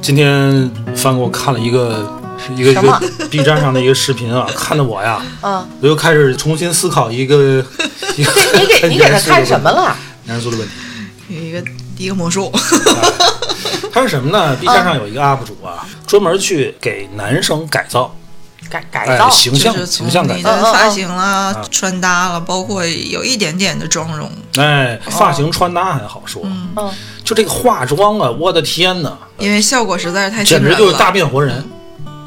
今天帆给我看了一个一个一什么个 B 站上的一个视 频啊，看得我呀，嗯，我又开始重新思考一 个一个你给你给 他看什么了？严肃的问题。有一个一个魔术，哦他是什么呢？B 站上有嗯一个 UP 主啊，专门去给男生改造，改改哎造，形就象是从形象改你嗯哦造，的发型啦、嗯嗯穿搭了，包括有一点点的妆容，哎，发型穿搭还好说，嗯，就这个化妆啊，我的天呐，因为效果实在是太惊简人直了。就是大啊变活人。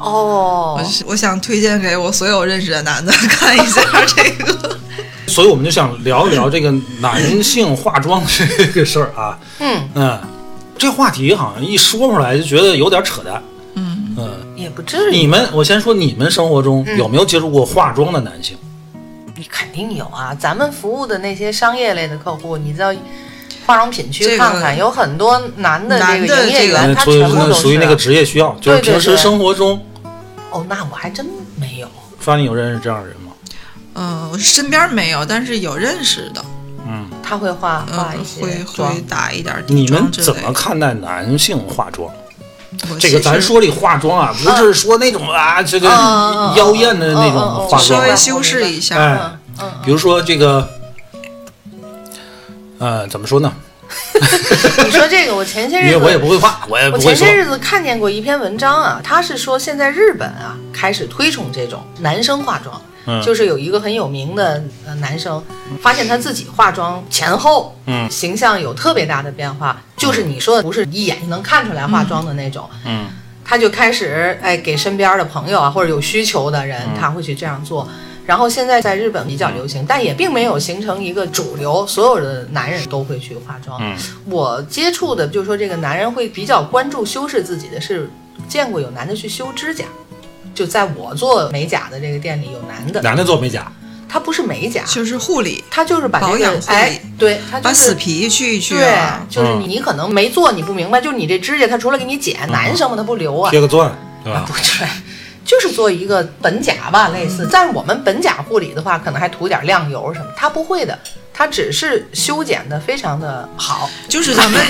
哦我，是我想推荐给我所有认识的男的看一下这个。 所以我们就想聊一聊这个男性化妆这个事儿啊，嗯，嗯，这话题好像一说出来就觉得有点扯淡，嗯，嗯，也不至于，你们我先说你们生活中嗯有没有接触过化妆的男性？你肯定有啊。咱们服务的那些商业类的客户，你到化妆品这区个看看，有很多男的男这的个营业这员，个嗯他属于全部那都属于那个是。职业需要，就是对对平时对生活中，哦，那我还真没有。发现有认识这样的人吗？呃，我身边没有，但是有认识的，嗯，他会化嗯、化一会些妆会，打一点底你妆们之怎类么的。看待男性化妆？我这其个咱实说这化妆啊，不是说那种啊，这个嗯嗯嗯嗯妖艳的那种化稍妆微啊，修饰一下，哎嗯嗯，比如说这个，呃，怎么说呢？你说这个，我前些因日为子我也不会画，我也我不会前说些。日子看见过一篇文章啊，他是说现在日本啊开始推崇这种男生化妆，嗯就是有一个很有名的呃男生，发现他自己化妆前后，嗯形象有特别大的变化，就是你说的不是一眼就能看出来化妆的那种，嗯，他就开始哎给身边的朋友啊或者有需求的人，他会去这样做。然后现在在日本比较流行，但也并没有形成一个主流，所有的男人都会去化妆。嗯我接触的就是说这个男人会比较关注修饰自己的是，见过有男的去修指甲。就在我做美甲的这个店里，有男的，男的做美甲，他不是美甲，就是护理，他就是把保这养个护理哎，对他就把死是皮去一去对啊，，就是你你可能没做，你不明白，就是你这指甲，他除了给你剪，男生嘛他不留啊，贴个钻，对吧？不 对，就是做一个本甲吧，类嗯似。但是我们本甲护理的话，可能还涂点亮油什么，他不会的，他只是修剪的非常的好，就是咱 们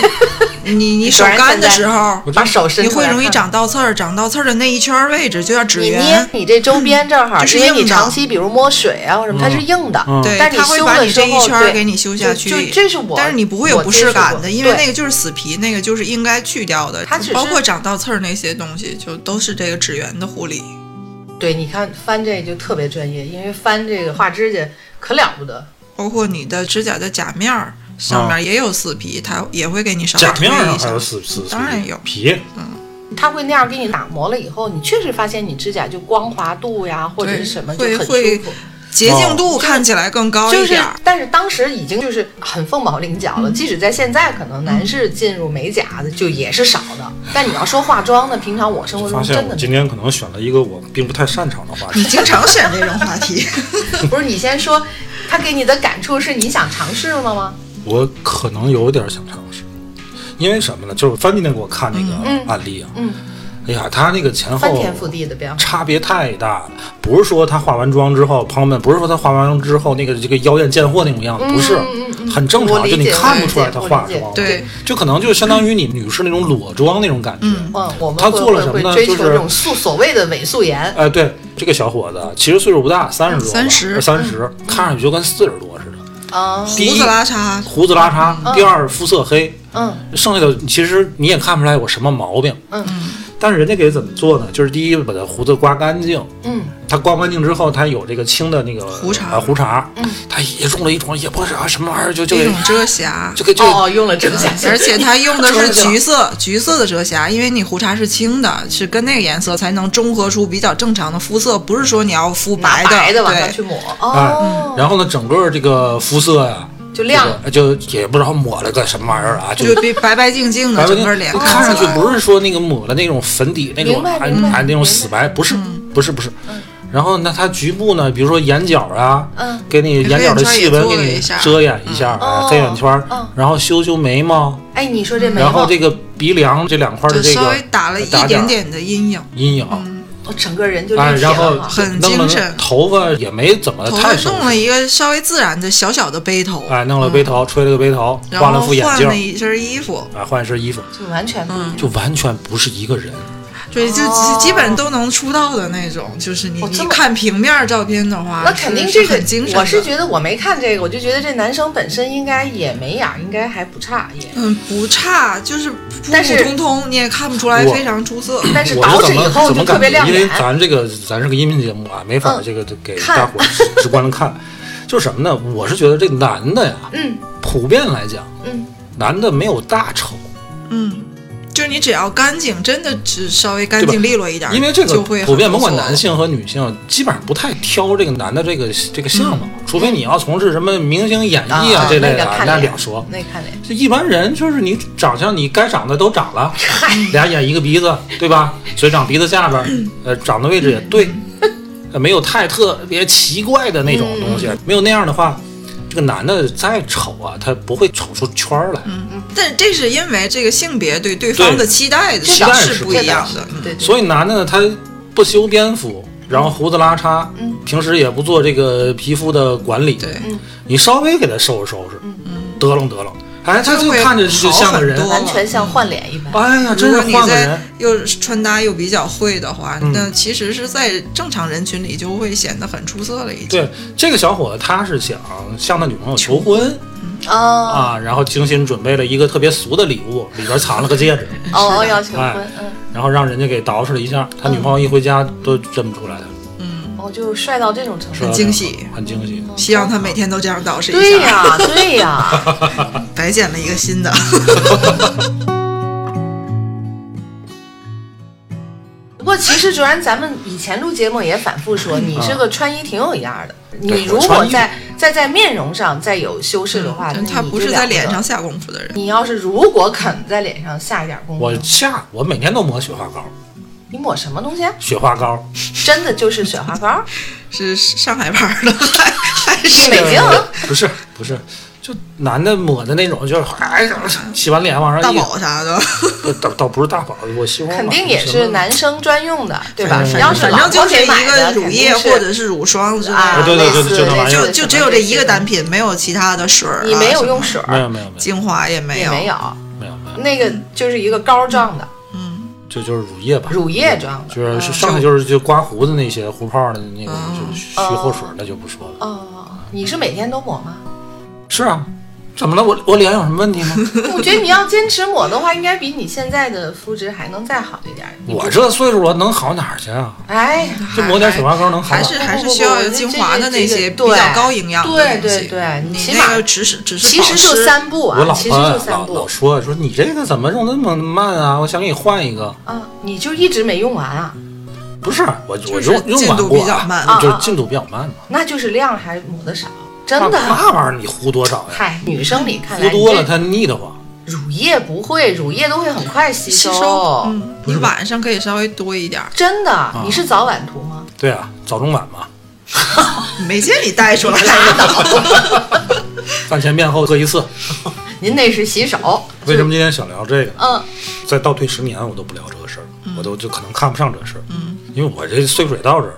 你你手果然干现的在时候，把手伸你出会来容易看长倒刺儿，长倒刺儿的那一圈儿位置就叫指你捏缘，你这周边正好，就是因为硬你的长期比如摸水啊或什么，它是硬的。嗯对，但是你它会修把的你时这一候圈儿对给你修下就去。就这是我但是你不会有我不接适触感过的，因为对那个就是死皮，那个就是应该去掉的。它只是包括长倒刺儿那些东西，就都是这个指缘的护理。对，你看翻这就特别专业，因为翻这个画指甲可了不得。包括你的指甲的甲面儿上面也有死皮，它也会给你稍微甲推哦面上一还下有。死死当然有皮，它会那样给你打磨了以后，你确实发现你指甲就光滑度呀，或者对是什么就会很会舒服。哦洁净度看起来更高就一是点 儿，，嗯但是当时已经就是很凤毛麟角了。即使在现在，可能男士进入美甲的就也是少的。但你要说化妆呢，平常我生活中发真现的我没有今天可能选了一个我并不太擅长的话你题。经常选这种话题。不是你先说，他给你的感触是你想尝试了吗？我可能有点想尝试，因为什么呢？就是翻那天给我看那嗯个嗯案例啊，嗯，哎呀，他那个前后翻天覆地的变化。差别太大了。不是说她化完妆之后，朋友们，不是说她化完妆之后那个这个妖艳贱货那种样子，嗯不是嗯嗯，嗯很正常，我理就解你看不出来她化我理解妆，我理解对，就可能就相当于你女士那种裸妆那种感觉。嗯嗯，我们他会做了什么会呢会追求就是这种素所谓的伪素颜。哎，对，这个小伙子其实岁数不大，三十多吧，呃30三十，嗯看上去就跟四十多似的，啊，第一胡子拉碴，胡子拉碴。嗯第二，肤色黑，嗯剩下的其实你也看不出来有什么毛病。嗯但是人家给怎么做呢？就是第一，把他胡子刮干净，嗯，他刮完净之后，他有这个轻的那个胡茬啊胡茬，嗯他也用了一种也不是啊什么玩意儿，就就一给种遮瑕，就给就给哦，用了遮瑕， 而且它用嗯的遮是瑕橘色，橘色的遮瑕，因为你胡茬是青的，是跟那个颜色才能中和出比较正常的肤色，不是说你要敷拿的，白的往上对，去抹。哎哦，然后呢，整个这个肤色呀、就亮了。这个就也不知道抹了个什么玩意儿啊，就就比白白净净的白白整净个脸就看看上起去来不是说那个抹了那种粉底那种明白还明白还那明白种嗯死白，不是不是不是。然后那它局部呢，比如说眼角啊，嗯，给你眼角的细纹给你遮掩一下，嗯哎黑眼圈儿嗯，然后修修眉毛，哎，你说这眉毛，嗯然后这个鼻梁这两块的就这稍个微打了一打点点儿点的阴影，阴影，我整个人就哎，立体然后了哈。很弄精了神头发也没怎么头呃太上收弄拾了一个稍微自然的小小的背头，哎，弄了背头，吹了个背头，然换后了副眼换镜了，一身衣服，啊，换一身衣服，就完全不一嗯样。就完全不是一个人。对，就哦基基本都能出道的那种。就是你哦这你么看平面照片的话，那肯定是这是个很精，神的。我是觉得我没看这个，我就觉得这男生本身应该也没眼儿，应该还不差也。嗯不差，就是普但是普通通，你也看不出来我非常出色。但是我捯是饬怎以么后怎就么特感别觉？亮因为眼。咱这个咱是个音频节目啊，没法嗯这个给看大伙儿直观的看，就是什么呢？我是觉得这男的呀，嗯普遍来讲，嗯，男的没有大丑，嗯，就是你只要干净，真的只稍微干对净吧利落一点儿，因为这个就会普遍很不甭管错男性和女性，基本上不太挑这个男的这个这个项目，除非你要从事什么明星演艺嗯啊这类那的个啊，看那脸两说。那看脸，这一般人就是你长相，你该长的都长了，俩眼一个鼻子，对吧？嘴长鼻子下边儿，呃，长的位置也对，呃没有太特别奇怪的那种东嗯西，没有那样的话，这个男的再丑啊，他不会丑出圈儿来。嗯但这是因为这个性别对对方的期待期是待是是不不一一样样的。嗯对，对所以男的呢，他不修边幅，然后胡子拉碴，嗯平时也不做这个皮肤的管理，对，你稍微给他收拾收拾，得楞得楞，哎，他就就会看着就像好个很人，多完全像换脸一般。哎呀，如真是果你换个在人。嗯又穿搭又比较会的话，那其实是在正常人群里就会显得很出色了。已经对，这个小伙子他是想向他女朋友求婚哦啊，然后精心准备了一个特别俗的礼物，里边藏了个 戒指，哦，要求哎婚，嗯，然后让人家给捯饬了一下。他女朋友一回家都认不出来他，哦，就帅到这种程说度很。惊喜，很惊喜。希望他每天都这样捯饬对一下，呀，啊对呀，白捡了一个新的。不过其实卓然，咱们以前录节目也反复嗯说，你是个穿衣挺有样儿的。啊你如果在在在面容上再有修饰的话，嗯他你不就是在了不脸得上。下功夫的人，你要是如果肯在脸上下一点功夫，我下我每天都抹雪花膏，你抹什么东西啊？雪花膏，真的就是雪花 膏，是上海牌儿的，还还是北京啊不是不是，就男的抹的那种，就是哎呀，洗完脸往上大一宝啥的，呃倒倒不是大宝，我媳妇儿肯买定的也什是么男生专用的，对吧？反你正要是反老正就婆是给一买的，个肯定乳液是或者是乳霜之类啊，的，对对类对似就那玩意儿类似什就就么只有这这一个单品，没有其他的水儿啊，你没有什么用水儿，没有没有没精华也没也有，没有，有没有没有，那个就是一个膏状的就就是乳液吧，乳液状的。就是是上去就是就刮胡子那些胡泡儿的那个嗯就是去后水儿，那就不说了。哦，你是每天都抹吗？嗯 是啊，怎么了？我我脸有什么问题 吗？我觉得你要坚持抹的话，应该比你现在的肤质还能再好一点。你不我这岁数了，能好哪儿去啊？哎 呀，就抹点雪花膏能好还哪是儿？还不是不需要不精这华这这的那个些比对较高营养的对东对西对你你起那码个只是只是其实保就湿三步我啊，老其实婆就啊三老步老。说说你这个怎么用那么慢啊？我想给你换一个。啊，你就一直没用完啊，不是我我就是用用进度完比过较慢啊，就啊啊是进度比较慢嘛。那就是量还抹的少，真的。那那玩意儿你糊多少呀？嗨，女生里看糊来你多了这它腻得慌。乳液不会，乳液都会很快吸吸收，嗯，你晚上可以稍微多一点 儿，真的，啊你是早晚涂吗？对啊，早中晚嘛，没见你带出来。饭前便后各一次。您那是洗手。为什么今天想聊这个？嗯，再倒退十年，我都不聊这个事儿，我都就可能看不上这事儿，嗯因为我这岁数也到这儿了，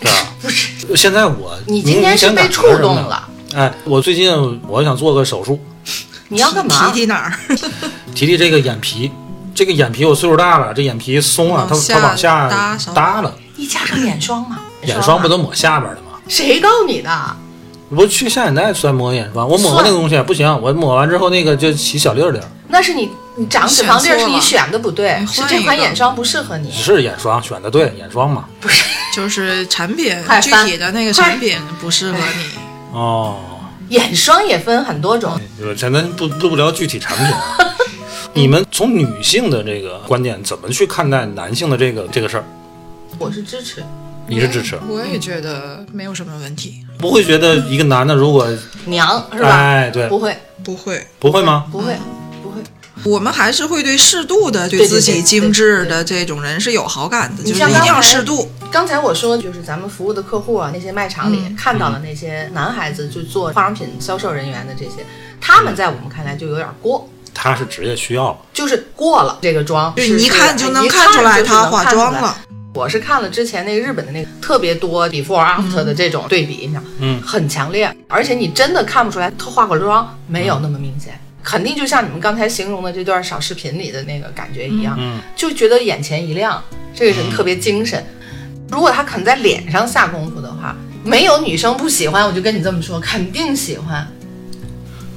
对吧？ 不是，现在我你明今天是被触动。明显感觉了，什么呢哎，我最近我想做个手术，你要干嘛提？提哪儿？ 提提这个眼皮，这个眼皮我岁数大了，这眼皮松啊，它往下它往下搭上耷了，你加上眼霜啊吗？眼霜不吗都抹下边的吗？谁告诉你的？我不去下眼袋算抹眼霜，我抹过算那个东西不行，我抹完之后那个就起小粒儿粒儿。那是你你长脂肪地儿是你选的不对，你是选错了这款眼霜不适合你只。是眼霜选的对，眼霜嘛。就是产品快具翻体的那个快哎产品不适合你。哦，眼霜也分很多嗯种，呃，咱咱不不不聊具体产品啊， 你们从女性的这个观点怎么去看待男性的这个这个事儿？我是支持。嗯你是支持？我也觉得没有什么问题。不会觉得一个男的如果娘是吧？哎对，不会，不会，不会吗？不会，不会。我们还是会对适度的对对嗯对自己对精致的这种人是有好感的，你就是像一定刚要才适度。刚才我说，就是咱们服务的客户啊，那些卖场里嗯看到的那些男孩子，就做化妆品销售人员的这些，他们在我们看来就有点过，他是职业需要，就是过了这个妆，对是你一是看就能一看看出来就是她能化看出妆来了。我是看了之前那个日本的那个特别多 before after 的这种对比，你想，嗯很强烈，而且你真的看不出来她化过妆没有那么明显，嗯肯定就像你们刚才形容的这段小视频里的那个感觉一样，嗯就觉得眼前一亮，这个人特别精神。如果他肯在脸上下功夫的话，没有女生不喜欢，我就跟你这么说，肯定喜欢。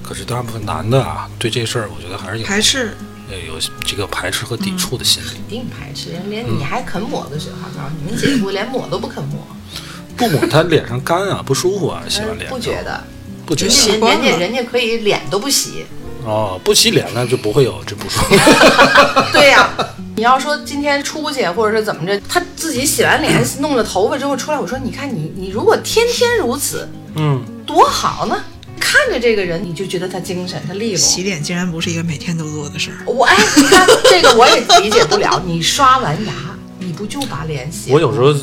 可是大部分男的啊，对这事儿我觉得还是有排斥，呃有这个排斥和抵触的心理。一定排斥，人连你还肯抹个雪花膏，你们姐夫连抹都不肯抹， 不抹他脸上干啊，不舒服啊，洗完脸嗯不觉得，不觉就得是习人惯人家了人家可以脸都不洗。哦，不洗脸呢就不会有这不舒 服。对呀、你要说今天出去或者是怎么着，他自己洗完脸、弄了头发之后出来，我说你看你你如果天天如此，嗯，多好呢！看着这个人，你就觉得他精神，他利落。洗脸竟然不是一个每天都做的事儿。我哎，你看这个我也理解不了。你刷完牙，你不就把脸洗？我有时候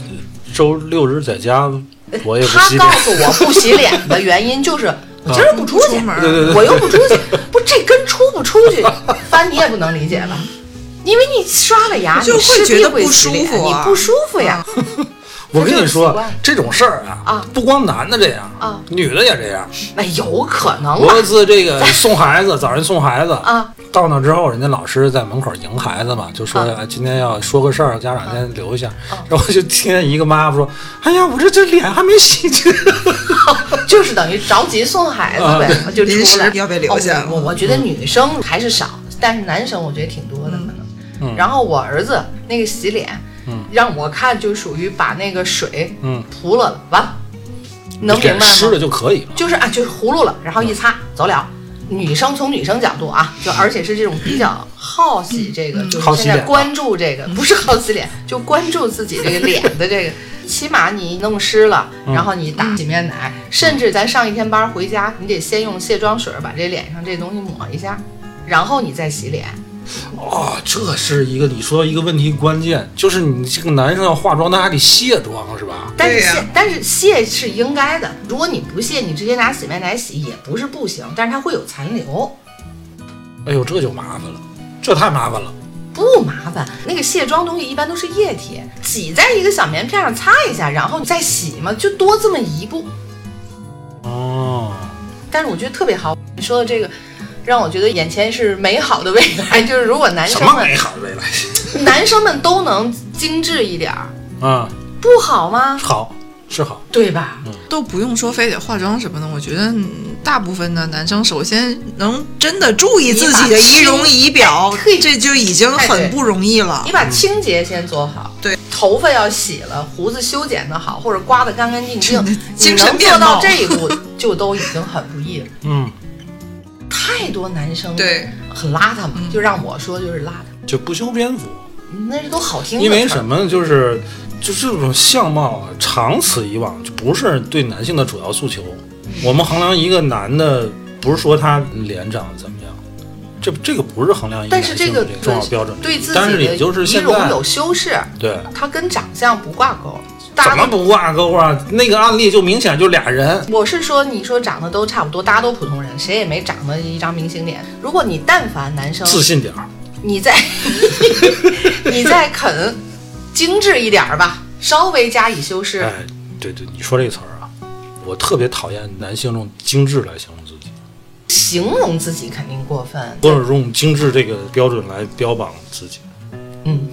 周六日在家，我也不洗他告脸。诉我不洗脸的原因 就是我今儿不出去，不出门对对对我又不出去，不这跟出不出 去，翻你也不能理解吧？因为你刷了牙，就你会势觉必得会不洗舒脸服你啊不舒服呀。我跟你说他这个习惯，这种事儿啊，啊不光男的这样啊女的也这样。那有可能啊我吧？有一次这 个送孩子，早晨送孩子啊，到那之后，人家老师在门口迎孩子嘛，就说、啊哎今天要说个事儿，家长先留一下。然后就听见一个妈妈说：“哎呀，我这这脸还没洗净。就是等于着急送孩子呗，啊就临出来时要被留下了哦我我觉得女生还是少，但是男生我觉得挺多的可能。嗯然后我儿子那个洗脸，嗯让我看就属于把那个水”嗯，扑了了，完了，能明白脸湿吗了？就可以了。就是啊，就是葫芦了，然后一擦走了。女生从女生角度啊，就而且是这种比较好奇这个，就是好奇现在脸啊关注这个，不是好奇脸，就关注自己这个脸的这个。起码你弄湿了，嗯然后你打洗面奶，甚至咱上一天班回家，你得先用卸妆水把这脸上这东西抹一下，然后你再洗脸。哦，这是一个你说一个问题关键，就是你这个男生要化妆，他还得卸妆是吧？但是对呀卸，但是卸是应该的。如果你不卸，你直接拿洗面奶洗也不是不行，但是它会有残留。哎呦，这就麻烦了，这太麻烦了。不麻烦。那个卸妆东西一般都是液体，挤在一个小棉片上擦一下，然后再洗嘛，就多这么一步。哦，但是我觉得特别好，你说的这个。让我觉得眼前是美好的未来，就是如果男什生么美们好的未来 男生们都能精致一点儿，啊、不好吗？好是好，对吧？都不用说非得化妆什么的，我觉得嗯大部分的男生首先能真的注意自己的仪容仪表你把清，这就已经很不容易了你。把清洁先做好，对，头发要洗了，胡子修剪的好，或者刮得干干净净，你精神能面做到貌这一步就都已经很不易了。嗯，太多男生对，很邋遢嘛，就让我说就是邋遢。就不修边幅。那是都好听的因词儿，为什么？就是就这种相貌啊，长此以往就不是对男性的主要诉求。我们衡量一个男的，不是说他脸长得怎么样，这这个不是衡量一个但男是性这个的重要标准。对自己但是的也就是仪现容在，有修饰，对，它跟长相不挂钩。大怎家么都不挂钩啊？那个案例就明显就俩人，我是说，你说长得都差不多，大家都普通人，谁也没长得一张明星脸。如果你但凡男生，自信点儿，你 再你再肯精致一点儿吧，稍微加以修饰，哎，对对，你说这词儿啊，我特别讨厌男性用精致来形容自己，形容自己肯定过分。或者用精致这个标准来标榜自己。嗯，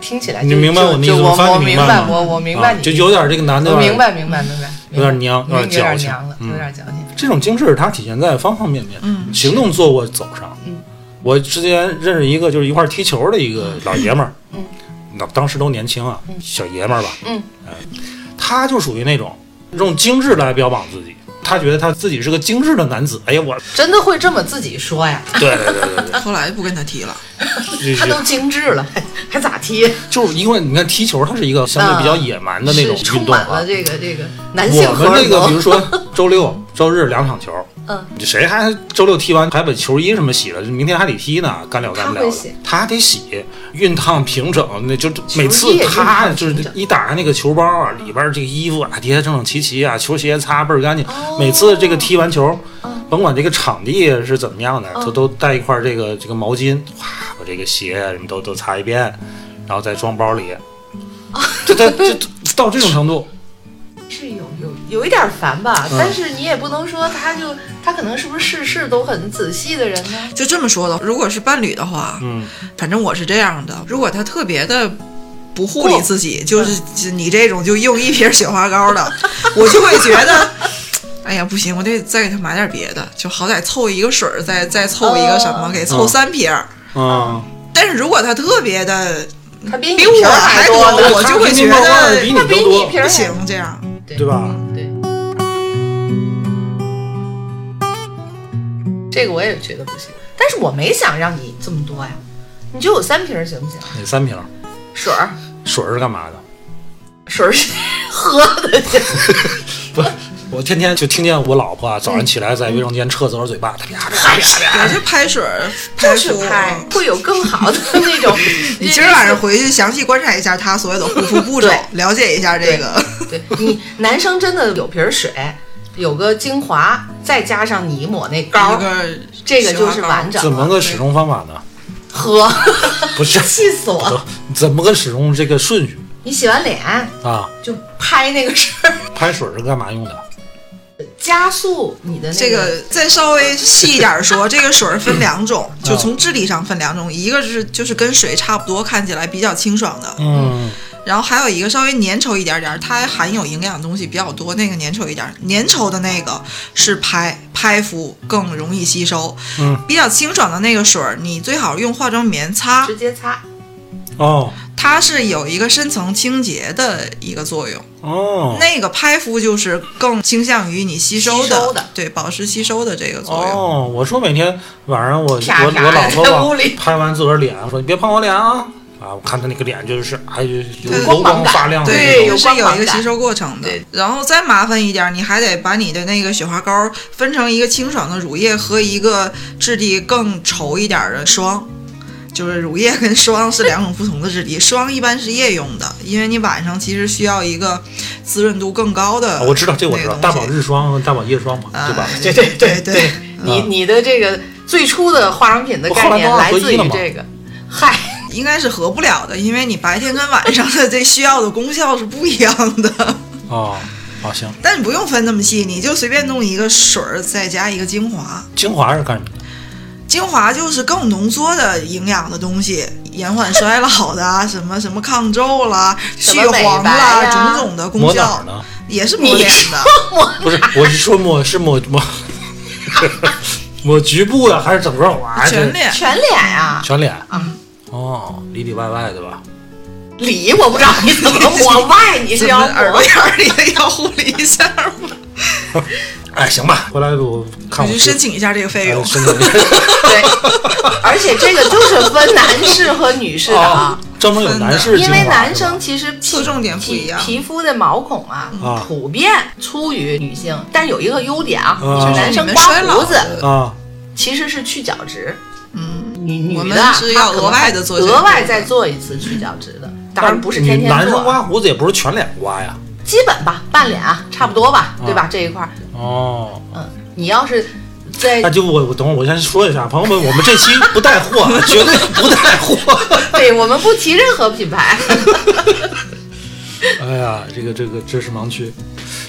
听起哎来就你明白就我的意就思吗？我翻我译明白白吗？我我明白啊你，就有点这个啊男的我吧明白明白明白，有点娘明白有点矫有情点娘了，嗯有点矫情。这种精致，它体现在方方面面，嗯行动坐卧走上。嗯我之前认识一个就是一块儿踢球的一个老爷们儿，嗯那当时都年轻啊，小爷们儿吧，嗯哎，他就属于那种用精致来标榜自己，他觉得他自己是个精致的男子。哎呀， 我真的会这么自己说呀？啊对对对对后来就不跟他提了，对， 他都精致了，还咋踢？就是因为你看踢球，它是一个相对比较野蛮的那种啊运是充动满啊了。这个这个男性我荷们尔这个比如蒙。说周六、周日两场球，嗯，谁还周六踢完还把球衣什么洗了？明天还得踢呢，干了干不了他会的洗。他得洗，熨烫平整，那就每球次衣也熨他烫就是平整一打开那个球包啊，里边这个衣服啊叠得整整齐齐啊，球鞋擦倍儿干净。哦每次这个踢完球嗯，甭管这个场地是怎么样的，嗯都都带一块这个这个毛巾，哗，把这个鞋啊什么都都擦一遍，然后再装包里。哦这这这到这种程度，是有有有一点烦吧，嗯但是你也不能说他就他可能是不是事事都很仔细的人呢？就这么说的，如果是伴侣的话，嗯，反正我是这样的，如果他特别的。不护过嗯理自己，就是就你这种就用一瓶雪花 膏的，我就会觉得， 哎呀，不行，我得再给他买点别的，就好歹凑一个水儿，再再凑一个什么，哦给凑嗯三瓶儿。啊，但是如果他特别的嗯他比你比皮我儿还多多呢，我就会觉得他比你他都比多你，皮儿还不行，这样对吧？对。这个我也觉得不行，但是我没想让你这么多呀，你就有三瓶儿行不行？哪三瓶？水儿，水是干嘛的？水儿是喝的去，不，我天天就听见我老婆啊，早上起来在卫生间撤自个儿嘴巴，她啪啪啪啪我就拍水儿 就拍是腹。拍，会有更好的那种。 你今儿晚上回去详细观察一下他所有的护肤步 骤对，了解一下这个。对你男生真的有瓶水，有个精华，再加上你抹那膏一 儿，个这个就是完怎整么了。个使用方法呢？ 喝，，不是 气死我！得怎么个使用这个顺序你洗完脸啊？就拍那个水儿，拍水是干嘛用的？加速你的那这个嗯个再稍微细一点 说，这个水儿分两种，啊就从质地上分两种，一个是就是跟水差不多，看起来比较清爽的，嗯，然后还有一个稍微粘稠一点点儿，它含有营养的东西比较多，那个粘稠一点儿，粘稠的那个是拍拍敷更容易吸收，嗯，比较清爽的那个水儿，你最好用化妆棉擦，直接擦。哦它是有一个深层清洁的一个作用。哦那个拍敷就是更倾向于你吸收的，吸收的对保湿吸收的这个作用。哦，我说每天晚上我啪我啪我老婆在屋里吧拍完自个儿脸，说你别碰我脸啊啊！我看她那个脸就是还有对油光发亮的对，那也种有，是光有芒一个感吸收过程的对。然后再麻烦一点，你还得把你的那个雪花膏分成一个清爽的乳液和一个质地更稠一点的霜。就是乳液跟霜是两种不同的质地，霜一般是夜用的，因为你晚上其实需要一个滋润度更高的那啊个东西。我知道这我知道，大宝日霜、大宝夜霜嘛，啊对吧？对对对对，你啊你的这个最初的化妆品的不后概来念都二来合自一于了吗这个。嗨，应该是合不了的，因为你白天跟晚上的这需要的功效是不一样的。 哦哦行，但你不用分那么细，你就随便弄一个水儿，再加一个精华。精华是干什么的？精华就是更浓缩的营养的东西，延缓衰老的啊，什么什么抗皱啦、什去么美黄白啦，呀种种的抹功哪儿效呢？也是抹你脸的。不是，我是说抹是抹 抹抹局部的还是整个哇？这全脸全脸啊，全脸啊哦，里里外外的吧？里我不知道你怎么 抹，外你是怎要么抹耳朵眼儿也要护理 一下吗？哎，行吧，回来我看我我去申请一下这个费哎用我。申请 对，而且这个就是分男士和女士的啊哦，，专门有男士精因华为是吧男生其实侧重点不一皮样嗯皮肤的毛孔啊啊，普遍粗于女性，但有一个优点啊，啊就是男生你们刮衰老胡子的啊，其实是去角质，嗯，女我女们的啊是她要可能额外还地做这个额外再做一次去角质的，嗯当然不是天天男生做，啊刮胡子也不是全脸刮呀。基本吧，半脸啊，差不多吧，对吧？这一块儿，哦，嗯，你要是在 那就我我等会儿我先说一下，朋友们，我们这期不带货，绝对不带货。对我们不提任何品牌， 哎呀，这个这个知识盲区。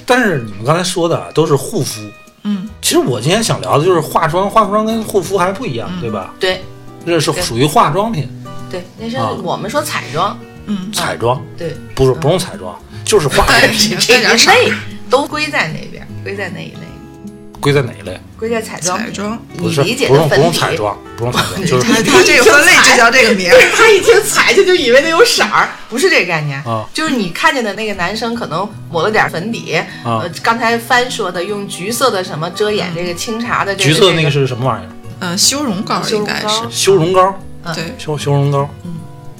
但是你们刚才说的啊都是护肤，嗯，其实我今天想聊的就是化妆，化妆跟护肤还不一样，嗯对吧？对这是属于化妆品，对，那是啊我们说彩妆，嗯，哎彩妆对，不是不用彩妆，就是化妆带品，点这带一点色儿类都归在那边，归在那一类，归在哪一类？归在彩妆彩妆。不你是理解不的用不粉用底，彩妆，不用彩妆，就是它它这个分类就叫这个名 儿。对 他一听彩就就以为它有色儿，不是这个概念啊就是你看见的那个男生可能抹了点粉底，啊呃，刚才帆说的用橘色的什么遮掩这个清茶的这橘个色这那个个是什么玩意儿？嗯，修容膏修应容该膏是修容膏，嗯对。修修容膏。嗯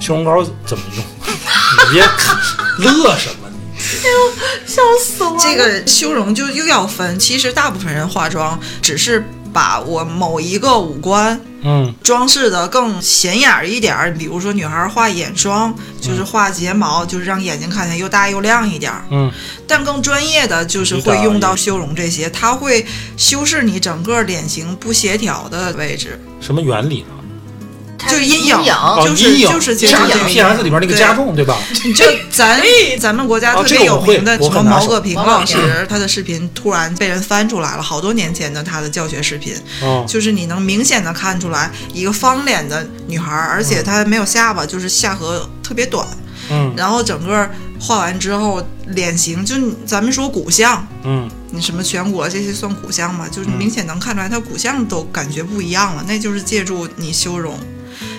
修容膏怎么用？你别乐什么？笑死我！这个修容就又要分，其实大部分人化妆只是把我某一个五官嗯装饰的更显眼儿一点儿，比如说女孩儿画眼霜，嗯就是画睫毛，就是让眼睛看起来又大又亮一点儿。嗯但更专业的就是会用到修容这些，它会修饰你整个脸型不协调的 位置，什么原理呢？就是阴影影，哦，就是阴影就是接加近在这个 P S 里边那个加重，对吧？就咱咱们国家特别有名的哎哦这个我会什么毛戈平我很拿手老师，他的视频突然被人翻出来了，好多年前的他的教学视频，哦，就是你能明显的看出来一个方脸的女孩，而且她没有下巴，就是下颌特别短，嗯然后整个画完之后脸型就咱们说骨相。嗯，你什么颧骨啊，这些算骨相吗？就是明显能看出来，它骨相都感觉不一样了，那就是借助你修容，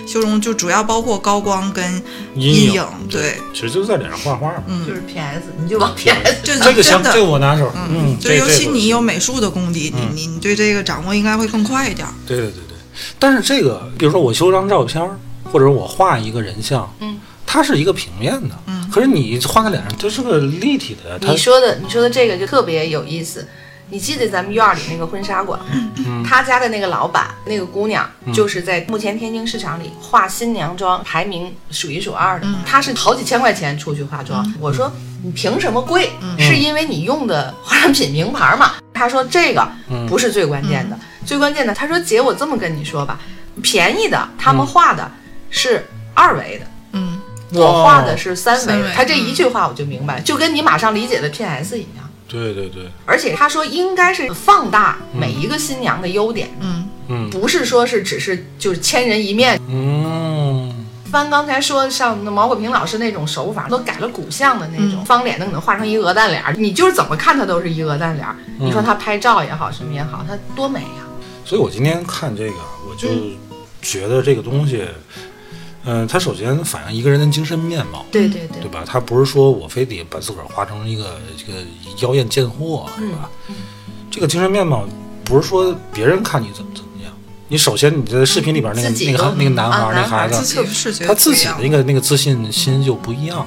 修容就主要包括高光跟阴影，对，其实就是在脸上画画嘛。嗯就，是 PS，你就往 PS 这这个行嗯真，的这个我拿手。嗯，就这尤这其个你有美术的功底，嗯你你你对这个掌握应该会更快一点。对对对对，但是这个，比如说我修张照片儿，或者我画一个人像，嗯，它是一个平面的，嗯可是你画在脸上，它是个立体的呀，它你说的，你说的这个就特别有意思。你记得咱们院儿里那个婚纱馆吗，嗯他家的那个老板，那个姑娘，就是在目前天津市场里化新娘妆排名数一数二的。她是好几千块钱出去化妆。嗯我说你凭什么贵？是因为你用的化妆品名牌嘛？她说这个嗯不是最关键的，最关键的，她说姐，我这么跟你说吧，便宜的他们画的是二维的。嗯，我画的是三三维维，他这嗯一句话我就明白，就跟你马上理解的 PS 一样。对对对，而且他说应该是放大每一个新娘的优点，嗯，嗯不是说是只是就是千人一面。嗯，一般刚才说像那毛戈平老师那种手法，都改了骨相的那种、嗯方脸，都可能画成一鹅蛋脸儿，你就是怎么看他都是一鹅蛋脸儿。你嗯说他拍照也好，什么也好，他多美啊呀、所以我今天看这个，我就嗯觉得这个东西，嗯、它首先反映一个人的精神面貌。对对对对，吧？它不是说我非得把自个儿画成一个这个妖艳贱货，嗯对吧？这个精神面貌不是说别人看你怎么怎么样，你首先你在视频里边那个嗯自己那个都那个男孩啊儿那男孩孩儿子，己自己是觉他得自己那个那个自信心就不一样。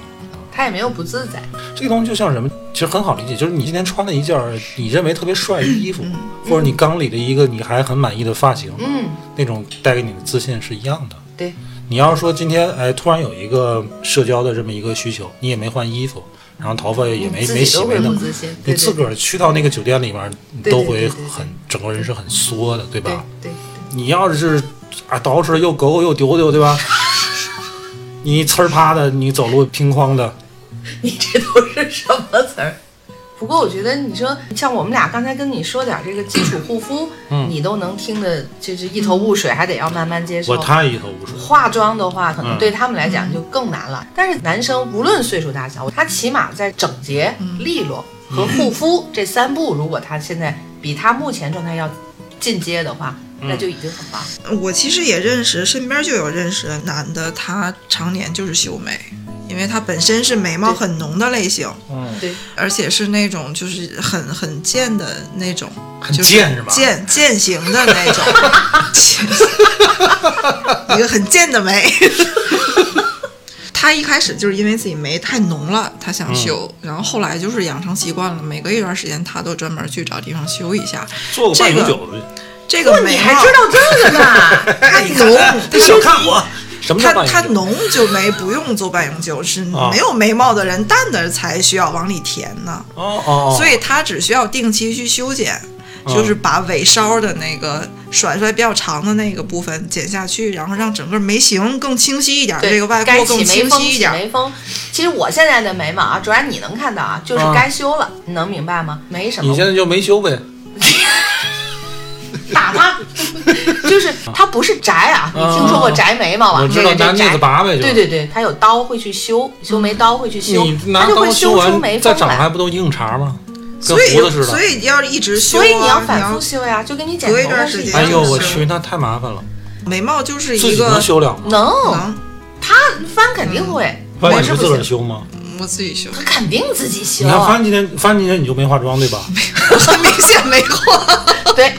他也没有不自在。这个东西就像什么，其实很好理解，就是你今天穿了一件儿你认为特别帅的衣服，或者你刚理了一个你还很满意的发型，嗯，那种带给你的自信是一样的。对，你要是说今天哎突然有一个社交的这么一个需求，你也没换衣服，然后头发也没自没己洗都没会弄不，自信。你对自个儿去到那个酒店里面，你对都对会对对对很整个人是很缩的，对对吧？对对你要是啊捯饬得又狗狗又丢丢，对吧？你呲儿啪的，你走路平哐的，你这都是什么词儿？不过我觉得你说像我们俩刚才跟你说点儿这个基础护肤，嗯你都能听得就是一头雾水，还得要慢慢接受我。太一头雾水了。化妆的话，可能嗯对他们来讲就更难了。但是男生无论岁数大小，他起码在整洁、利落和护肤这三步，如果他现在比他目前状态要进阶的话，嗯那就已经很棒了。我其实也认识，身边就有认识的男的，他常年就是修眉，因为他本身是眉毛对很浓的类型，嗯，对，而且是那种就是很很贱的那种，很就贱是吧贱贱型的那种， 一个很贱的眉。他一开始就是因为自己眉太浓了，他想修，然后后来就是养成习惯了，每隔一段时间他都专门去找地方修一下。做个半永久的， 这哇个你眉还毛知道这个呢？太 浓，你 小看我，什么叫它半它永久？浓就眉不用做半永久，是啊没有眉毛的人淡的才需要往里填呢。哦哦，哦所以它只需要定期去修剪，嗯啊就是把尾梢的那个甩出来比较长的那个部分剪下去，然后让整个眉形更清晰一点，对，这个外该廓起更眉清峰，晰一起点。眉峰。其实我现在的眉毛啊，卓然你能看到啊，就是啊该修了，你能明白吗？没什你么现，在就没修呗？打他，就是它不是摘啊，你听说过摘眉毛啊？我这知道个这拿镊子摘。拔呗，就嗯对对对，它有刀会去修，修眉刀会去修你，它拿就刀会修出完眉再峰长还来。不都硬茬吗？跟所以胡子似所的。以要一直修、啊，所以你要反你复要修呀，就跟你剪隔一头发段是时一间样哎的。呦我是去，那太麻烦了，眉毛就是自一己能个嗯修了吗？能，能翻肯定会，不然我你是不不自个儿行，啊修吗？我自己修，他肯定自己修你。看翻今天翻今天你就没化妆 对吧？很明显没画。对，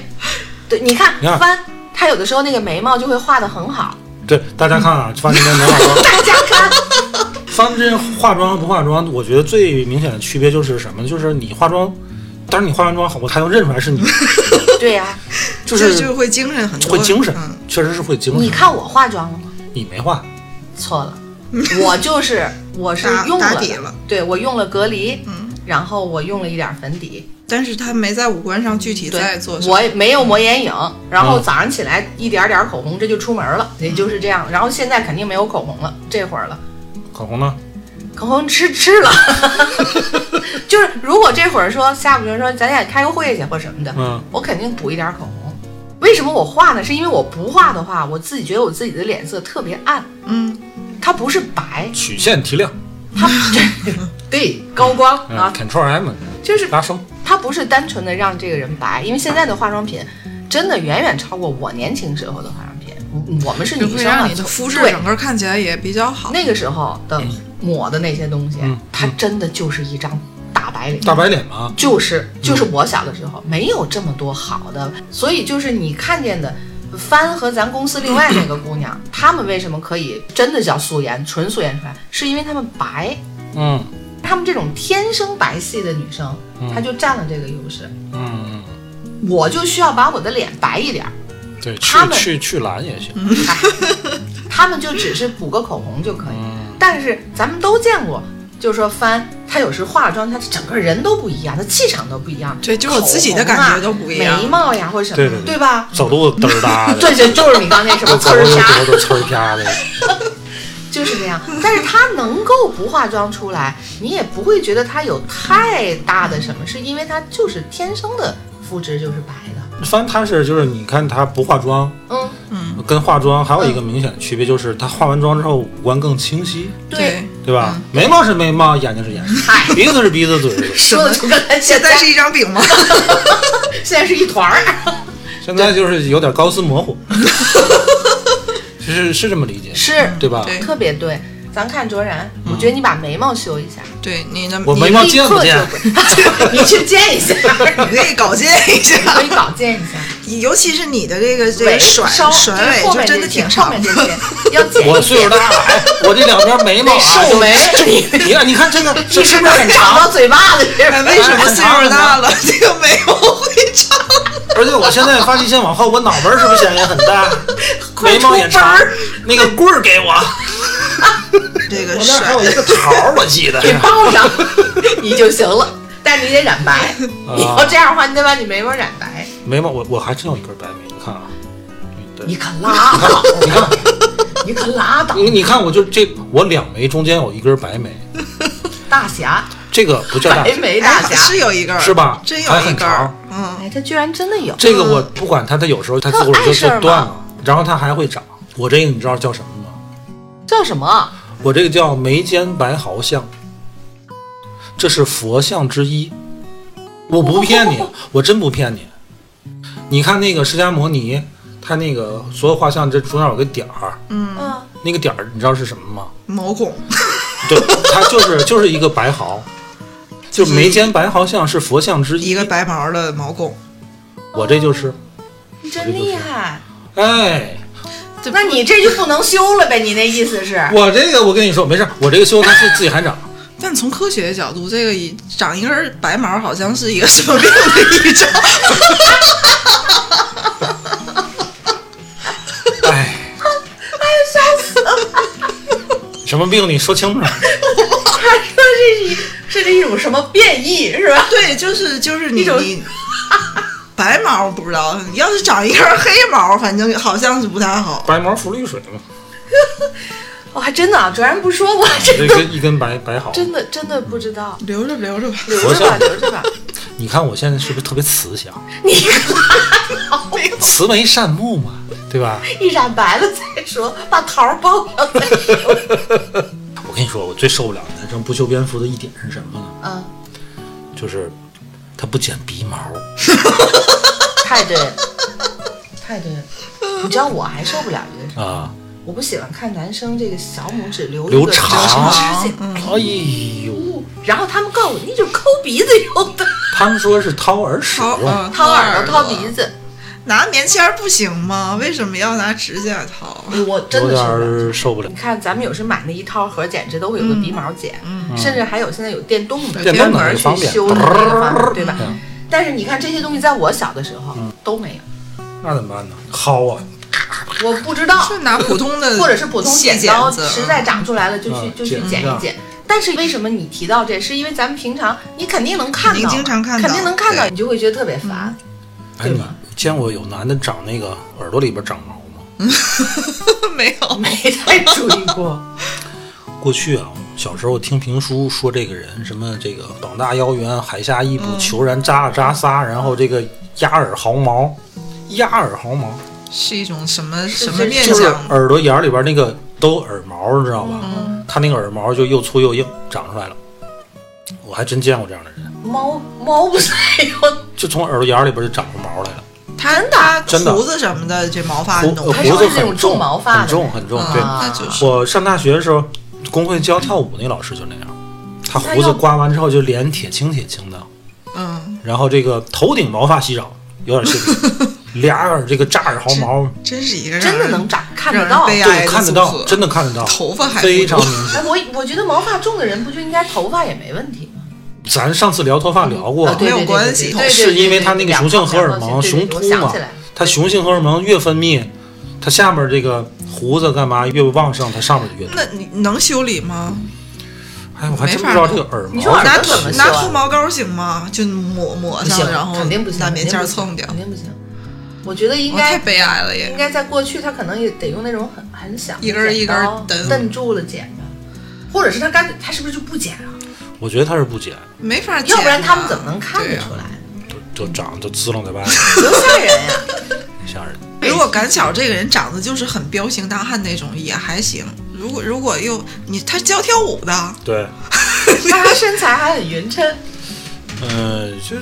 对，你看你看翻，他有的时候那个眉毛就会画的很好，对，大家看啊，范志坚没化 妆。大家看，范志坚化妆和不化妆，我觉得最明显的区别就是什么呢？就是你化妆，但是你化完妆后，我才能认出来 是你，对呀，就 这是就会精神很多，会精神嗯，确实是会精神。你看我化妆了吗？你没化，错 了，我就是我是打用打了底的了，对我用了隔离，嗯，然后我用了一点粉底，但是他没在五官上具体对在做什么我。也没有抹眼影，然后嗯早上起来一点点口红，这就出门了，也就是这样。然后现在肯定没有口红了，这会儿了，口红呢？口红吃吃了。 就是如果这会儿说下午就说咱俩开个会去或什么的，嗯，我肯定补一点口红。为什么我画呢？是因为我不画的话，我自己觉得我自己的脸色特别暗，嗯，它不是白，曲线提亮它对高光啊啊， ，Ctrl M 就是拉升。它不是单纯的让这个人白，因为现在的化妆品真的远远超过我年轻时候的化妆品。嗯我们是就女会生啊让你的肤质对整个看起来也比较好。那个时候的抹的那些东西，嗯它真的就是一张大白脸。大白脸嘛，就是嗯就是我小的时候没有这么多好的，所以就是你看见的帆和咱公司另外那个姑娘，她们为什么可以真的叫素颜、纯素颜出来，是因为她们白，嗯她们这种天生白皙的女生，嗯她就占了这个优势。嗯，我就需要把我的脸白一点儿，嗯对，去他们嗯去去蓝也行。她们就只是补个口红就可以。嗯但是咱们都见过，就是说帆，她有时化妆，她整个人都不一样，她气场都不一样，啊对，就是我自己的感觉都不一样眉。毛呀或者什么，对对对吧？走路嘚儿哒的， 对对，就是你刚那什么走呲儿路虾，走路呲儿啪的。就是这样。但是她能够不化妆出来，你也不会觉得她有太大的什么，是因为她就是天生的肤质就是白的。反正他是就是你看他不化妆， 嗯，嗯，跟化妆还有一个明显的区别就是他化完妆之后五官更清晰，对，，对吧？眉毛是眉毛，眼睛是眼睛，嗯嗨，鼻子是鼻子，嘴是嘴。说的就跟咱现现在在是一张饼吗？现在是一团儿。 现在就是有点高斯 模糊，是是这么理解，是，对吧？对特别对。咱看卓然，我觉得你把眉毛修一下， 对，你的我眉你毛立见不刻就见 会 你去见一下，你可以搞建一下，可以搞见一下。尤其是你的这个这尾个甩稍甩尾后就面真的这些挺后长面的这。些要剪我一岁数剪大，了，哎我这两边眉毛啊，那 瘦眉就你你看你看这个你这 是是不不是是很长长？到嘴巴子这儿？哎， 为什么 岁数大了 这个眉毛会长？而且我现在发际线往后，我脑门儿是不是显得也很大？眉毛也长 快出门儿，那个棍儿给我，这个我那儿还甩有一个桃儿，我记得。给包上你就行了，但是你得染白。你要这样的话，你得把你眉毛染白。眉毛我我还真有一根白眉，你看啊，对你可拉倒，你看，你可拉倒，你你看，我就这我两眉中间有一根白眉，大侠，这个不叫大白眉大哎侠是。有一根儿是吧真还有一很根儿长，嗯，哎，他居然真的有，这个我不管它，它有时候它自个儿就就断了，然后它还会长。我这个你知道叫什么吗？叫什么？我这个叫眉间白毫相，这是佛像之一。我不骗 你，我真不骗你。你看那个释迦摩尼，他那个所有画像这中间有个点儿，嗯，那个点儿你知道是什么吗？毛孔对，它就是就是一个白毫，就眉间白毫像是佛像之一一个。白毛的毛孔。我这就是，你真厉害。哎，那你这就不能修了呗？你那意思是？我这个我跟你说没事儿，我这个修它自自己还长。但从科学的角度，这个一长一根儿白毛好像是一个什么病的预兆？哎，哎呦，笑死了！什么病？你说清楚。他说这是这是一种什么变异是吧？对，就是就是你一种 你白毛不知道，你要是长一根儿黑毛，反正好像是不太好。白毛浮绿水嘛，我还真的啊，卓然不说过，这真的根一根白白毫。真的真的不知道，留着留着吧，留着吧，留着吧。你看我现在是不是特别慈祥？你拉倒，慈眉善目嘛，对吧？一染白了再说，把桃儿包上再说。我跟你说，我最受不了男生不修边幅的一点是什么呢？嗯，就是他不剪鼻毛。太对了，太对了。你知道我还受不了一个人，啊！我不喜欢看男生这个小拇指留留一个长长指甲。嗯哎呦，哦然后他们告诉我，那就是抠鼻子用的，他们说是掏耳屎 掏用，嗯掏耳朵、掏鼻子。拿棉签儿不行吗？为什么要拿指甲掏？我真有的点是。儿受不了你。看，咱们有时买那一套盒，简直都会有个鼻毛剪，甚至还有现在有电动的，电专动的门很方去便修的那个方法，对吧？嗯但是你看这些东西，在我小的时候都没有，那怎么办呢？薅啊，我不知道，就拿普通的，或者是普通剪剪刀，子，实在长出来了就去嗯就去剪剪一下一剪。但是为什么你提到这？是因为咱们平常你肯定能看肯到，定经常看到肯定能看到，对你就会觉得特别烦。哎，你见过有男的长那个耳朵里边长毛吗？嗯 没有。没哦太注意过，过去啊，小时候听评书说这个人什么这个膀大腰圆，海下一补，嗯虬髯扎了扎仨，然后这个鸭耳毫毛，鸭耳毫毛是一种什么是什么面就是相？耳朵眼儿里边那个都耳毛，知道吧？嗯他那个耳毛就又粗又硬，长出来了。我还真见过这样的人，猫猫不是还有就从耳朵眼儿里边就长出毛来了，他他啊真的胡子什么的，这毛发胡浓呃还胡是子那种很重重，毛发的很重很重。对，啊，那就是我上大学的时候，工会教跳舞那老师就那样，他胡子刮完之后就脸铁青铁青的，嗯，然后这个头顶毛发稀少，有点性 感，俩耳这个炸耳毫毛，真是一个让真的人能长看让得人到？悲哎，哀的对，看得组到，合真的看得到，头发还非常不明多显。我我觉得毛发重的人不就应该头发也没问题吗？咱上次聊头发聊过啊，对没有对对关对系对对是因为对他对那个雄性荷尔蒙对对雄对秃我想嘛起来了，他雄性荷尔蒙越分泌，他下面这个胡子干嘛越旺盛，他上面就越多。那你能修理吗？哎，我还真不没法知道这个耳你说毛耳拿朵怎么修啊拿脱毛膏行吗？就抹嗯抹不行上，，然后肯定不行，拿棉签肯儿定不行蹭掉肯。定不行。我觉得应我太该悲哀了应也。该在过去，他可能也得用那种很很小的一根儿一根儿剪蹬刀蹬住了剪吧，或者是他干脆他是不是就不剪啊？我觉得他是不剪，没法剪啊，要不然他们怎么能看对得啊出来？就就长就滋楞在外面， 多吓人呀！吓人。如果赶巧这个人长得就是很彪形大汉那种也还行，如果如果又你他教跳舞的，对，那他身材还很匀称，嗯，就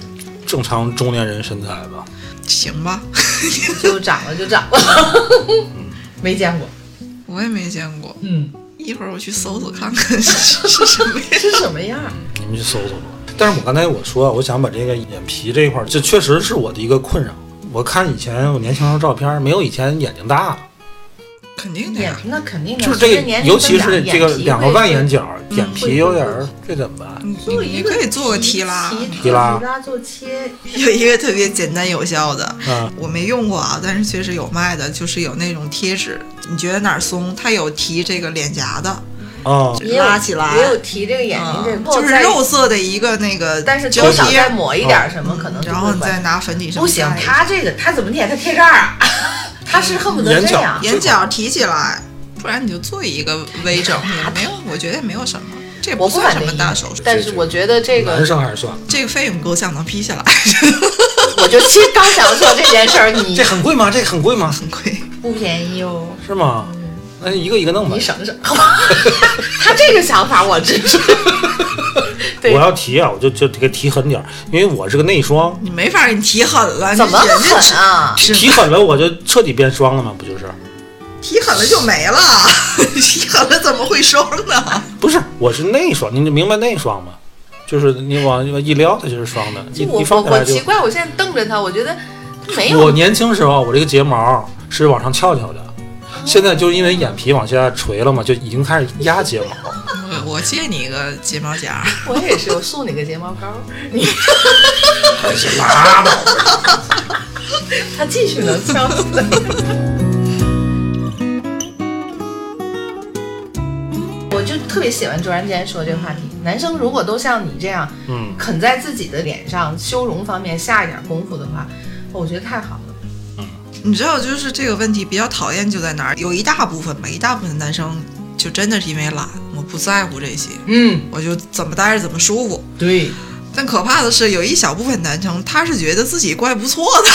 正常中年人身材吧。行吧？ 就长了就长了， 没见嗯过。我也没见过，嗯，一会儿我去搜搜看看是是什么样。是什么样儿？你们去搜搜吧。但是我刚才我说，我想把这个眼皮这一块儿，这确实是我的一个困扰。我看以前我年轻时候照片，没有以前眼睛大了，肯定的眼呀，那肯定的，就是这随着个，年龄尤其增是长这个两个外眼。眼皮会嗯角，眼会皮有点会儿，这怎么办？你做你一你个可以做个提拉。提拉提拉做切，有一个特别简单有效的，嗯啊，我没用过啊，但是确实有卖的，就是有那种贴纸，你觉得哪儿松，它有提这个脸颊的，哦，也有拉起来也有提这个眼睛啊哎这，就是肉，色的一个那个但是胶多少贴再，抹一点什么，可能就嗯然后会你再拿粉底什么不行，盖他这个他怎么贴？他贴这儿啊，他是恨不得眼这角样。眼角提起来，不然你就做一个微整，也没有，我觉得也没有什么，这也我算反什对么大手术，但是我觉得这男个，生还是算了。这个费用够呛能批下来，我就其实刚想说这件事儿，你这很贵吗？这很贵吗？很贵。不便宜哦，是吗？那一个一个弄吧你。省省。 他这个想法我支 持。对我要提啊，我就就给提狠点儿，因为我是个内双，你没法，你提狠了，怎么你人家狠啊？是提狠了我就彻底变双了嘛，不就是？提狠了就没了， 提狠了怎么会双 呢？不是，我是内双，你明白内双吗？就是你往一撩，它就是双的，一我一我放下我来就奇。怪，我现在瞪着他，我觉得他没我有年轻时候，我这个睫毛是往上翘翘哦的，现在就因为眼皮往下垂了嘛，就已经开始压睫毛。 我我借你一个睫毛夹，我也是，我送你个睫毛膏， 你哎呀拉倒吧！他继续能笑死。 我就特别喜欢卓然之前说这个话题，男生如果都像你这样，嗯，肯在自己的脸上修容方面下一点功夫的话，我觉得太好了。你知道，就是这个问题比较讨厌就在哪儿，有一大部分吧，一大部分男生就真的是因为懒，我不在乎这些，嗯，我就怎么待着怎么舒服。对，但可怕的是，有一小部分男生，他是觉得自己怪不错的，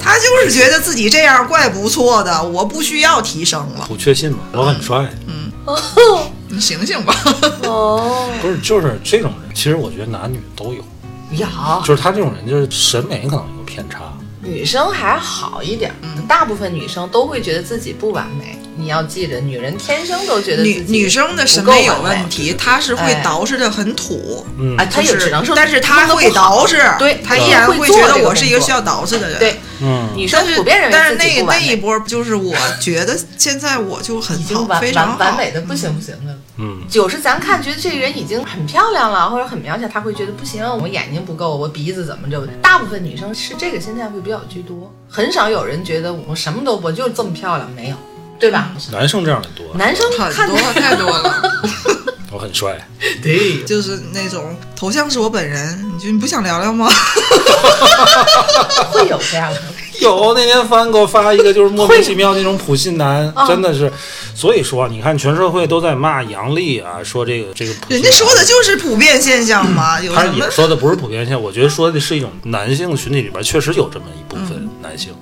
他就是觉得自己这样怪不错的，我不需要提升了。不确信嘛，我很帅。你醒醒吧，哦，不是，就是这种人，其实我觉得男女都有，呀，就是他这种人，就是审美可能有偏差。女生还好一点，嗯大部分女生都会觉得自己不完美。你要记着，女人天生都觉得女自己女生的不审够美有完美问题，她是会哎捯饬的很土，嗯啊，她就也是只能说，但是她会捯捯饬，对她她依然会嗯会做觉这得个我是动一个作需要捯饬的人，对，嗯，女但生是普遍认为但是自己不那那完一美，波就是我觉得现在我就很已好经，完非常完完好。美的不行不行的。嗯，有时咱看觉得这个人已经很漂亮了，或者很苗条，她会觉得不行，我眼睛不够，我鼻子怎么着？大部分女生是这个心态会比较居多，很少有人觉得我什么都我就这么漂亮，没有，对吧？男生这样的多，男生很看嗯多太多了，我很帅，对，就是那种头像是我本人，你就你不想聊聊吗？会有这样的。有那天帆给我发一个，就是莫名其妙那种普信男啊，真的是，所以说啊你看全社会都在骂杨笠啊，说这个这个普信人男，家说的就是普遍现象嘛，有啊他什么也？说的不是普遍性，我觉得说的是一种男性群体里边确实有这么一部嗯分男性，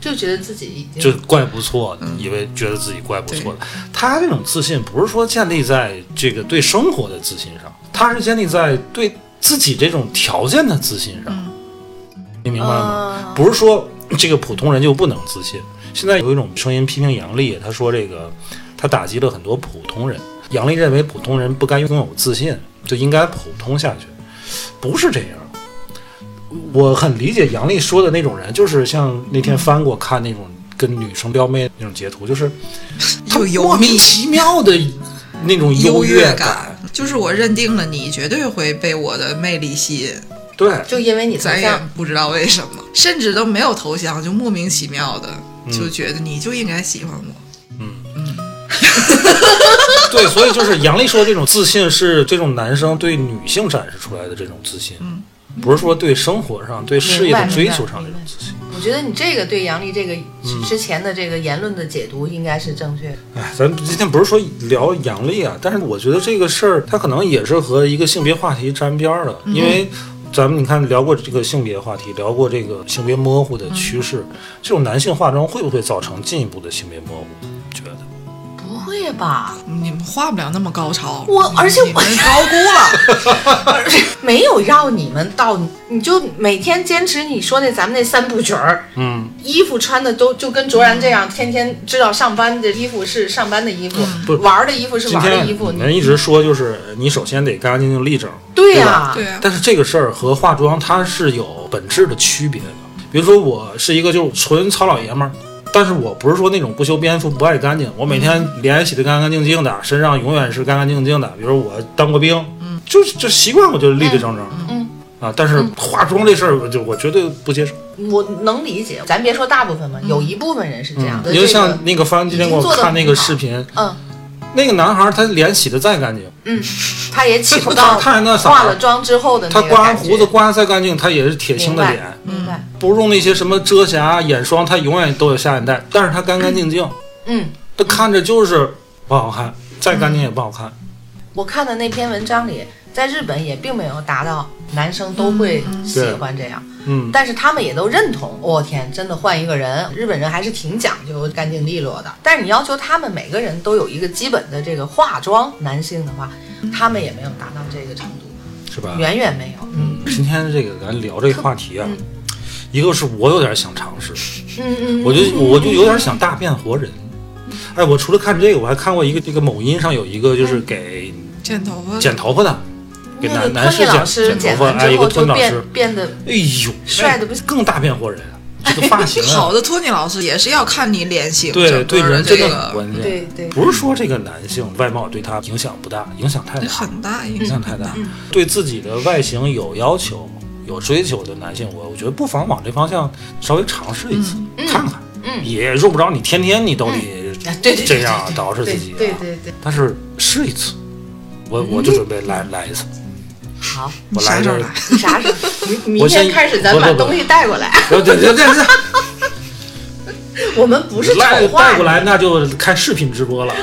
就觉得自己已经就怪不错的，以为觉得自己怪不错的。他这种自信不是说建立在这个对生活的自信上，他是建立在对自己这种条件的自信上。你明白吗？啊不是说这个普通人就不能自信。现在有一种声音批评杨笠，他说这个他打击了很多普通人。杨笠认为普通人不该拥有自信，就应该普通下去，不是这样。我很理解杨笠说的那种人，就是像那天翻过看那种跟女生撩妹那种截图， 就是他有油莫名腻其妙的那种优越越感，就是我认定了你绝对会被我的魅力吸引，对，就因为你头咱也像不知道为什么，甚至都没有头像，就莫名其妙的嗯就觉得你就应该喜欢我，对，所以就是杨笠说，这种自信是这种男生对女性展示出来的这种自信，嗯不是说对生活上、对事业的追求上这种自信。我觉得你这个对杨笠这个嗯之前的这个言论的解读应该是正确的。哎，咱今天不是说聊杨笠啊，但是我觉得这个事儿，它可能也是和一个性别话题沾边儿的，嗯因为咱们你看聊过这个性别话题，聊过这个性别模糊的嗯趋势，这种男性化妆会不会造成进一步的性别模糊？你觉得？不会吧？你们画不了那么高超，我你而且我你们高估了， 没有要你们到，你就每天坚持你说那咱们那三部曲儿，嗯，衣服穿的都就跟卓然这样，天天知道上班的衣服是上班的衣服，嗯不玩儿的衣服是今玩儿的天衣服。你们一直说就是你首先得干干净净、立正，对呀、吧对啊，但是这个事儿和化妆它是有本质的区别的。比如说我是一个就是纯糙老爷们儿，但是我不是说那种不修边幅、不爱干净，我每天脸洗得干干净净的，身上永远是干干净净的。比如说我当过兵，嗯，就是就习惯我就立立正正，嗯啊，但是化妆这事儿我就我绝对不接受。我能理解，咱别说大部分嗯吧，有一部分人是这样的。你就嗯这个像那个方今天给我看那个视频，嗯，那个男孩儿他脸洗得再干净，他也起不他到看那化啥了，妆之后的那他个刮感觉胡子，刮得再干净，他也是铁青的明白脸。明白？不用那些什么遮瑕、眼霜，它永远都有下眼袋，但是它干干净净，嗯。它看着就是不好看，再干净也不好看。我看的那篇文章里，在日本也并没有达到男生都会喜欢这样，嗯，但是他们也都认同。我、天，真的换一个人，日本人还是挺讲究干净利落的。但是你要求他们每个人都有一个基本的这个化妆，男性的话，他们也没有达到这个程度，是吧？远远没有。嗯嗯，今天这个咱聊这个话题啊，一个是我有点想尝试，嗯嗯，我就我就有点想大变活人。哎，我除了看这个，我还看过一个这个某音上有一个就是给剪头发剪头发的，给嗯那男男个托士尼老师剪剪头发，完哎，之一个后托就尼老变师，变得哎呦，帅得不行哎更大变活人啊，这个发 型啊好，的托尼老师也是要看你脸型，对整对个人这真的很个关键。对对。不是说这个男性外貌对他影响不大，影响太大，嗯很大影影响响太大。对自己的外形有要求、有追求的男性，我我觉得不妨往这方向稍微尝试一次，看看。嗯也用不着你天天你都得啊对对对这样捯饬对自己、啊，对对对，但是试一次，我我就准备来、来一次， 好，我来啥一时候阵儿来？你啥时候？明明我先天开始咱不把不不东西带过来。对对对对对，我们 不是来丑化带你过来那就开视频直播了啊。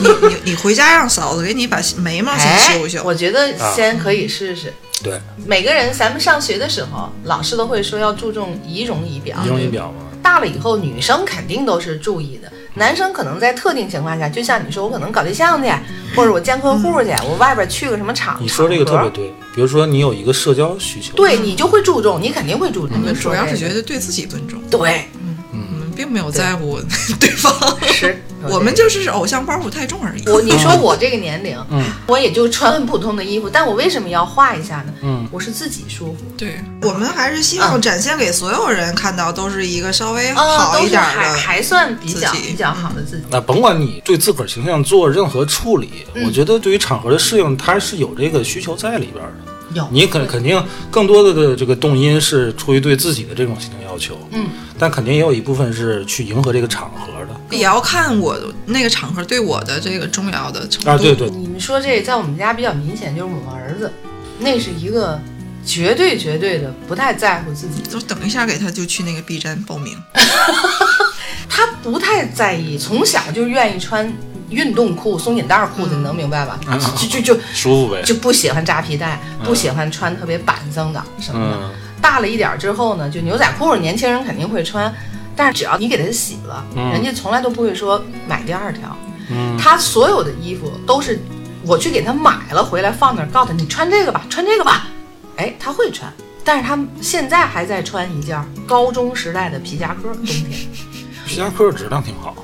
你你你回家让嫂子给你把眉毛先修修，哎我觉得先可以试试。对，每个人，咱们上学的时候，老师都会说要注重仪容仪表。嗯仪容仪表嘛，大了以后，女生肯定都是注意的，男生可能在特定情况下，就像你说，我可能搞对象去，或者我见客户去，我外边去个什么场，嗯你说这个特场别合对，比如说你有一个社交需求，对你就会注重，你肯定会注重。我们就说主要是这觉个得对自己尊重，对，嗯我们并没有在乎对方， 是我们就是偶像包袱太重而已。我你说我这个年龄，嗯我也就穿很普通的衣服，但我为什么要画一下呢？嗯，我是自己舒服，对我们还是希望展现给所有人看到，都是一个稍微啊，好都一是点还的。还算比较自己比较好的自己。那甭管你对自个儿形象做任何处理，嗯我觉得对于场合的适应，它是有这个需求在里边儿的。有你肯肯定更多的的这个动因是出于对自己的这种形象要求，嗯，但肯定也有一部分是去迎合这个场合的也要看我那个场合对我的这个重要的程度。啊，对对，嗯你们说这在我们家比较明显，就是我儿子，那是一个绝对绝对的不太在乎自己，就等一下给他就去那个 B 站报名。他不太在意，从小就愿意穿运动裤、松紧带裤子，你能明白吧？嗯就就就舒服呗，就不喜欢扎皮带，不喜欢穿特别板正的什么的。嗯大了一点儿之后呢，就牛仔裤，年轻人肯定会穿，但是只要你给他洗了，嗯人家从来都不会说买第二条。嗯，他所有的衣服都是我去给他买了回来放那儿，告诉他你穿这个吧，穿这个吧。哎，他会穿，但是他现在还在穿一件高中时代的皮夹克，冬天皮夹克质量挺好，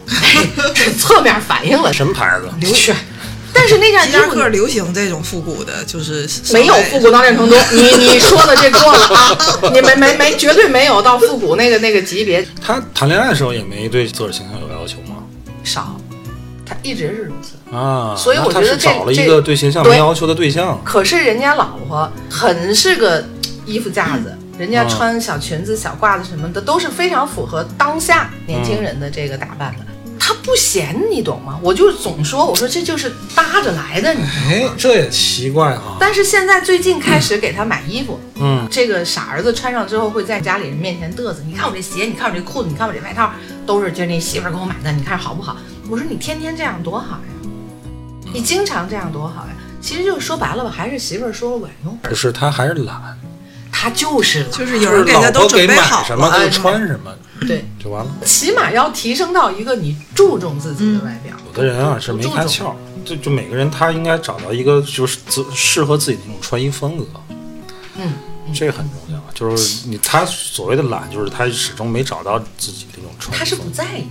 这侧面反 映了什么牌子？流血。但是那件皮衣夹服克流行这种复古的，就是没有稍微复古到那程度，你你说的这过了啊，你没没没，绝对没有到复古那个那个级别，他谈恋爱的时候也没对自个儿形象有要求吗？少，他一直是如此。啊，所以那我他觉得是这找了这一个对形象对没要求的对象，可是人家老婆很是个衣服架子，人家穿小裙子、小褂子什么的都是非常符合当下年轻人的这个打扮的。他不闲，你懂吗？我就总说，我说这就是搭着来的，你知道吗。哎，这也奇怪啊，但是现在最近开始给他买衣服，嗯这个傻儿子穿上之后会在家里人面前嘚瑟，你看我这鞋，你看我这裤子，你看我这外套，都是就是那媳妇儿给我买的，你看好不好？我说你天天这样多好呀，你经常这样多好呀。其实就是说白了吧，还是媳妇儿说了管用，不是，他还是懒，他就是了，就是有人给他老都婆准给备买好什么了，哎他就穿什么对，就完了。起码要提升到一个你注重自己的外表。嗯有的人啊是没开注重窍，就就每个人他应该找到一个就是自适合自己的那种穿衣风格，嗯，这个很重要。就是你他所谓的懒，就是他始终没找到自己的那种穿他衣是风不格。在意，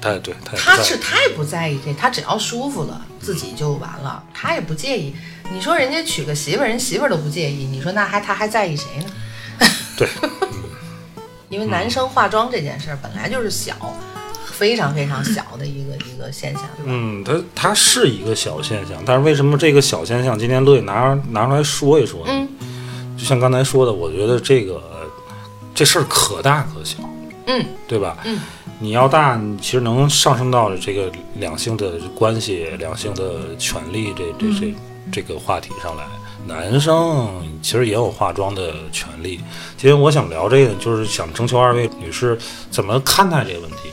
他对他也不他在是太不在意这，他只要舒服了自己就完了，他也不介意。你说人家娶个媳妇儿，人媳妇儿都不介意，你说那还他还在意谁呢？对， 因为男生化妆这件事儿本来就是小，非常非常小的一个一个现象，对吧？嗯，他他是一个小现象，但是为什么这个小现象今天乐意拿拿出来说一说呢？嗯就像刚才说的，我觉得这个呃这事儿可大可小，嗯，对吧？嗯，你要大，你其实能上升到这个两性的关系、两性的权利这这这、嗯这个话题上来。男生其实也有化妆的权利。其实我想聊这个，就是想征求二位女士怎么看待这个问题。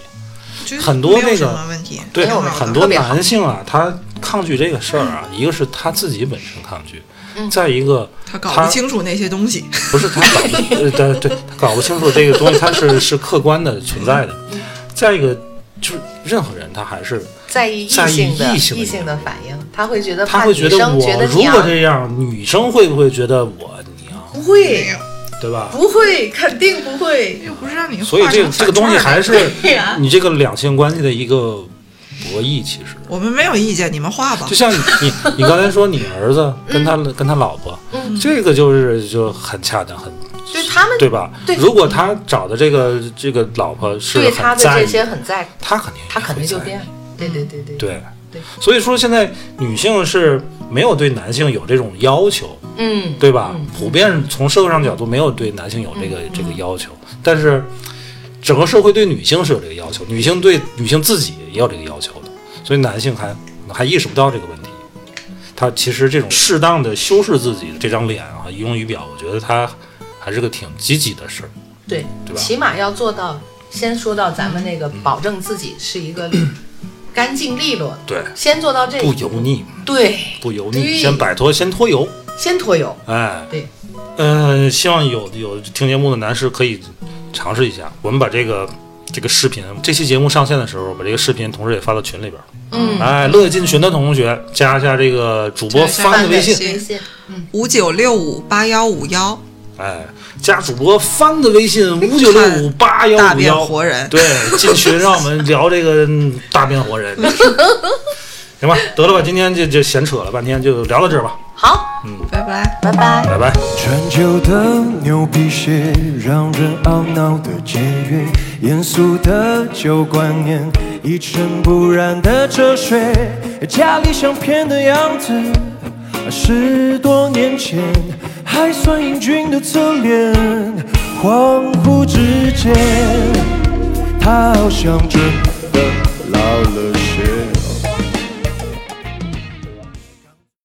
就是很多没有那什个么问题，对，挺好的很多特别好男性啊，他抗拒这个事儿啊，一个是他自己本身抗拒，嗯再一个他搞他不清楚那些东西，不是他搞，呃，对对，他搞不清楚这个东西，他是是客观的存在的。再一个就是任何人，他还是在意异在意性的异性的的反应，他会觉得他怕会女觉得生我觉得啊如娘果这样，女生会不会觉得我娘，不会没有对吧？不会，肯定不会。又不是让你所以画这个成这个反东西串儿的还是对呀你这个两性关系的一个博弈，其实。我们没有意见，你们画 吧就。像你你你刚才说你儿子跟他、跟他老婆，嗯这个就是就很恰当，很就是他们对吧？对如果他找的这个这个老婆是对他很的在这意，些很在意，他肯定他肯定就会在意变。了。对对对对，对对所以说现在女性是没有对男性有这种要求，嗯，对吧？嗯普遍从社会上角度没有对男性有这个、这个要求，但是整个社会对女性是有这个要求，女性对女性自己也有这个要求的，所以男性还还意识不到这个问题。他其实这种适当的修饰自己的这张脸啊，仪容仪表，我觉得他还是个挺积极的事儿。对，对吧起码要做到，先说到咱们那个保证自己是一个干净利落的，嗯对，先做到这一不步油，腻，对，不油腻，对先摆脱，先脱油。先脱油，哎，呃对，嗯、希望有有听节目的男士可以尝试一下，我们把这个这个视频，这期节目上线的时候，我把这个视频同时也发到群里边儿。嗯，哎，乐意进群的同学加一下这个主播帆的微信，微信，五九六五八幺五幺，哎，加主播帆的微信五九六五八幺大五变幺，活人。对，进群让我们聊这个嗯大变活人。行吧，得了吧，今天就就闲扯了半天，就聊到这儿吧，好，拜拜。拜拜。拜拜。陈旧的牛皮鞋，让人懊恼的节约，严肃的旧观念，一尘不染的哲学，家里相片的样子，十多年前还算英俊的侧脸，恍惚之间，他好像真的老了些。